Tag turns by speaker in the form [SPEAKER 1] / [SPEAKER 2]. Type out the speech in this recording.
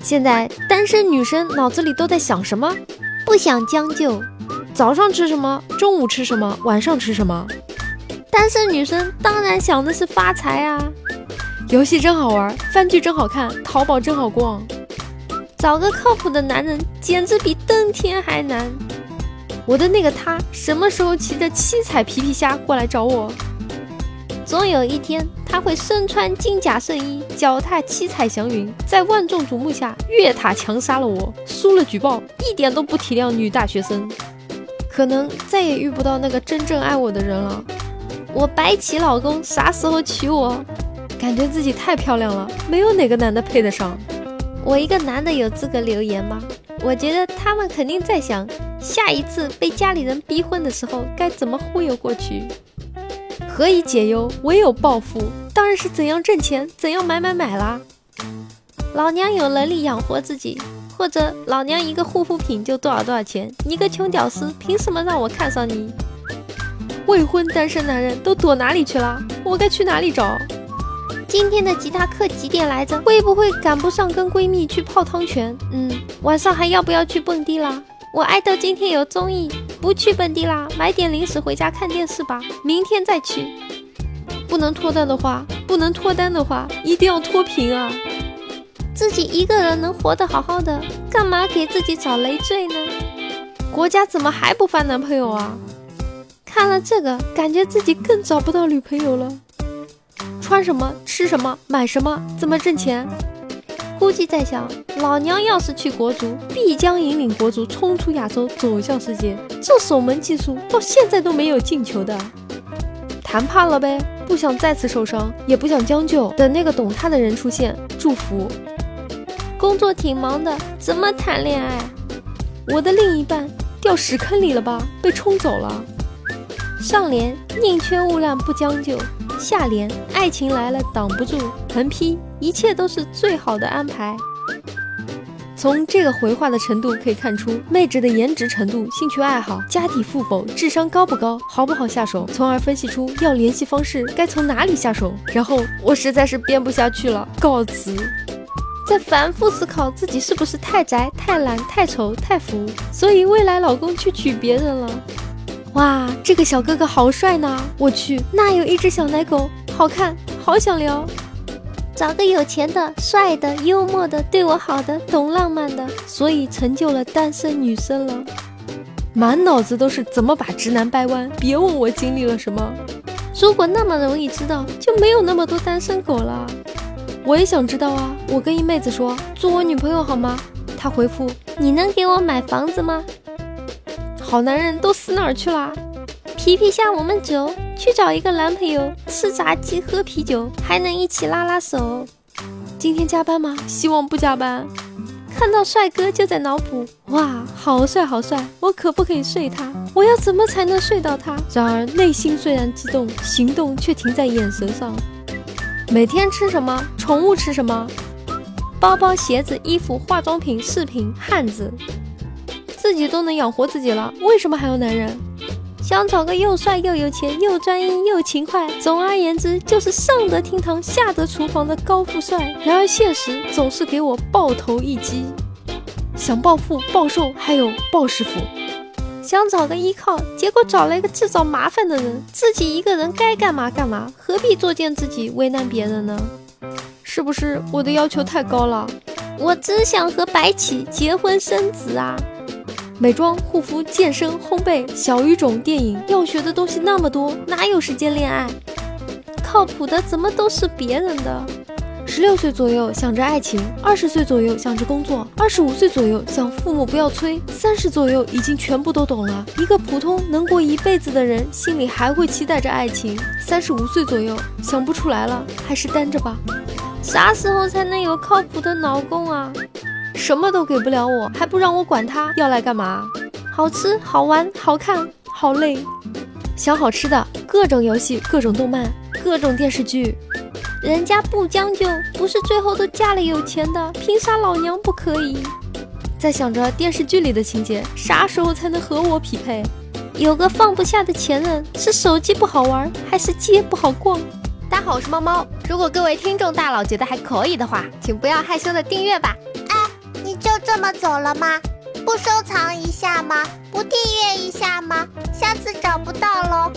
[SPEAKER 1] 现在单身女生脑子里都在想什么？不想将就。早上吃什么？中午吃什么？晚上吃什么？单身女生当然想的是发财啊！游戏真好玩，番剧真好看，淘宝真好逛。找个靠谱的男人简直比登天还难。我的那个他什么时候骑着七彩皮皮虾过来找我？总有一天，他会身穿金甲圣衣，脚踏七彩祥云，在万众瞩目下越塔强杀了我，输了举报，一点都不体谅女大学生。可能再也遇不到那个真正爱我的人了。我白起老公啥时候娶我？感觉自己太漂亮了，没有哪个男的配得上。我一个男的有资格留言吗？我觉得他们肯定在想，下一次被家里人逼婚的时候该怎么忽悠过去。何以解忧，唯有暴富，当然是怎样挣钱，怎样买买买啦。老娘有能力养活自己，或者老娘一个护肤品就多少多少钱，你个穷屌丝凭什么让我看上你？未婚单身男人都躲哪里去啦？我该去哪里找？今天的吉他课几点来着？会不会赶不上跟闺蜜去泡汤泉？嗯，晚上还要不要去蹦迪啦？我爱豆今天有综艺，不去蹦迪啦，买点零食回家看电视吧，明天再去。不能脱单的话，不能脱单的话，一定要脱贫啊！自己一个人能活得好好的，干嘛给自己找累赘呢？国家怎么还不发男朋友啊？看了这个，感觉自己更找不到女朋友了。穿什么、吃什么、买什么，怎么挣钱？估计在想，老娘要是去国足，必将引领国足冲出亚洲，走向世界。这守门技术到现在都没有进球的，谈判了呗，不想再次受伤，也不想将就，等那个懂他的人出现，祝福。工作挺忙的，怎么谈恋爱？我的另一半掉屎坑里了吧？被冲走了。上联宁缺毋滥不将就。下联爱情来了挡不住，横批一切都是最好的安排。从这个回话的程度可以看出，妹纸的颜值程度、兴趣爱好、家底富否、智商高不高、好不好下手，从而分析出要联系方式该从哪里下手。然后我实在是编不下去了，告辞。在反复思考自己是不是太宅、太懒、太丑、太浮，所以未来老公去娶别人了。哇，这个小哥哥好帅呢！我去，那有一只小奶狗，好看，好想聊。找个有钱的、帅的、幽默的、对我好的、懂浪漫的，所以成就了单身女生了。满脑子都是怎么把直男掰弯，别问我经历了什么。如果那么容易知道，就没有那么多单身狗了。我也想知道啊！我跟一妹子说，做我女朋友好吗？她回复：你能给我买房子吗？好男人都死哪儿去啦？皮皮虾我们走，去找一个男朋友，吃炸鸡，喝啤酒，还能一起拉拉手。今天加班吗？希望不加班。看到帅哥就在脑补，哇，好帅好帅，我可不可以睡他？我要怎么才能睡到他？然而内心虽然激动，行动却停在眼神上。每天吃什么？宠物吃什么？包包、鞋子、衣服、化妆品、饰品，汉子。自己都能养活自己了，为什么还要男人？想找个又帅又有钱又专一又勤快，总而言之就是上得厅堂下得厨房的高富帅。然而现实总是给我爆头一击，想暴富、暴瘦，还有暴食腐。想找个依靠，结果找了一个制造麻烦的人，自己一个人该干嘛干嘛，何必作践自己为难别人呢？是不是我的要求太高了？我只想和白起结婚生子啊！美妆、护肤、健身、烘焙、小语种、电影，要学的东西那么多，哪有时间恋爱？靠谱的怎么都是别人的？十六岁左右想着爱情，二十岁左右想着工作，二十五岁左右想父母不要催，三十左右已经全部都懂了。一个普通能过一辈子的人，心里还会期待着爱情。三十五岁左右想不出来了，还是单着吧。啥时候才能有靠谱的老公啊？什么都给不了我，还不让我管他，要来干嘛？好吃、好玩、好看、好累，想好吃的，各种游戏、各种动漫、各种电视剧。人家不将就，不是最后都嫁了有钱的，凭啥老娘不可以？在想着电视剧里的情节，啥时候才能和我匹配？有个放不下的前任，是手机不好玩，还是街不好逛？
[SPEAKER 2] 大家好，我是猫猫。如果各位听众大佬觉得还可以的话，请不要害羞的订阅吧。就这么走了吗？不收藏一下吗？不订阅一下吗？下次找不到喽，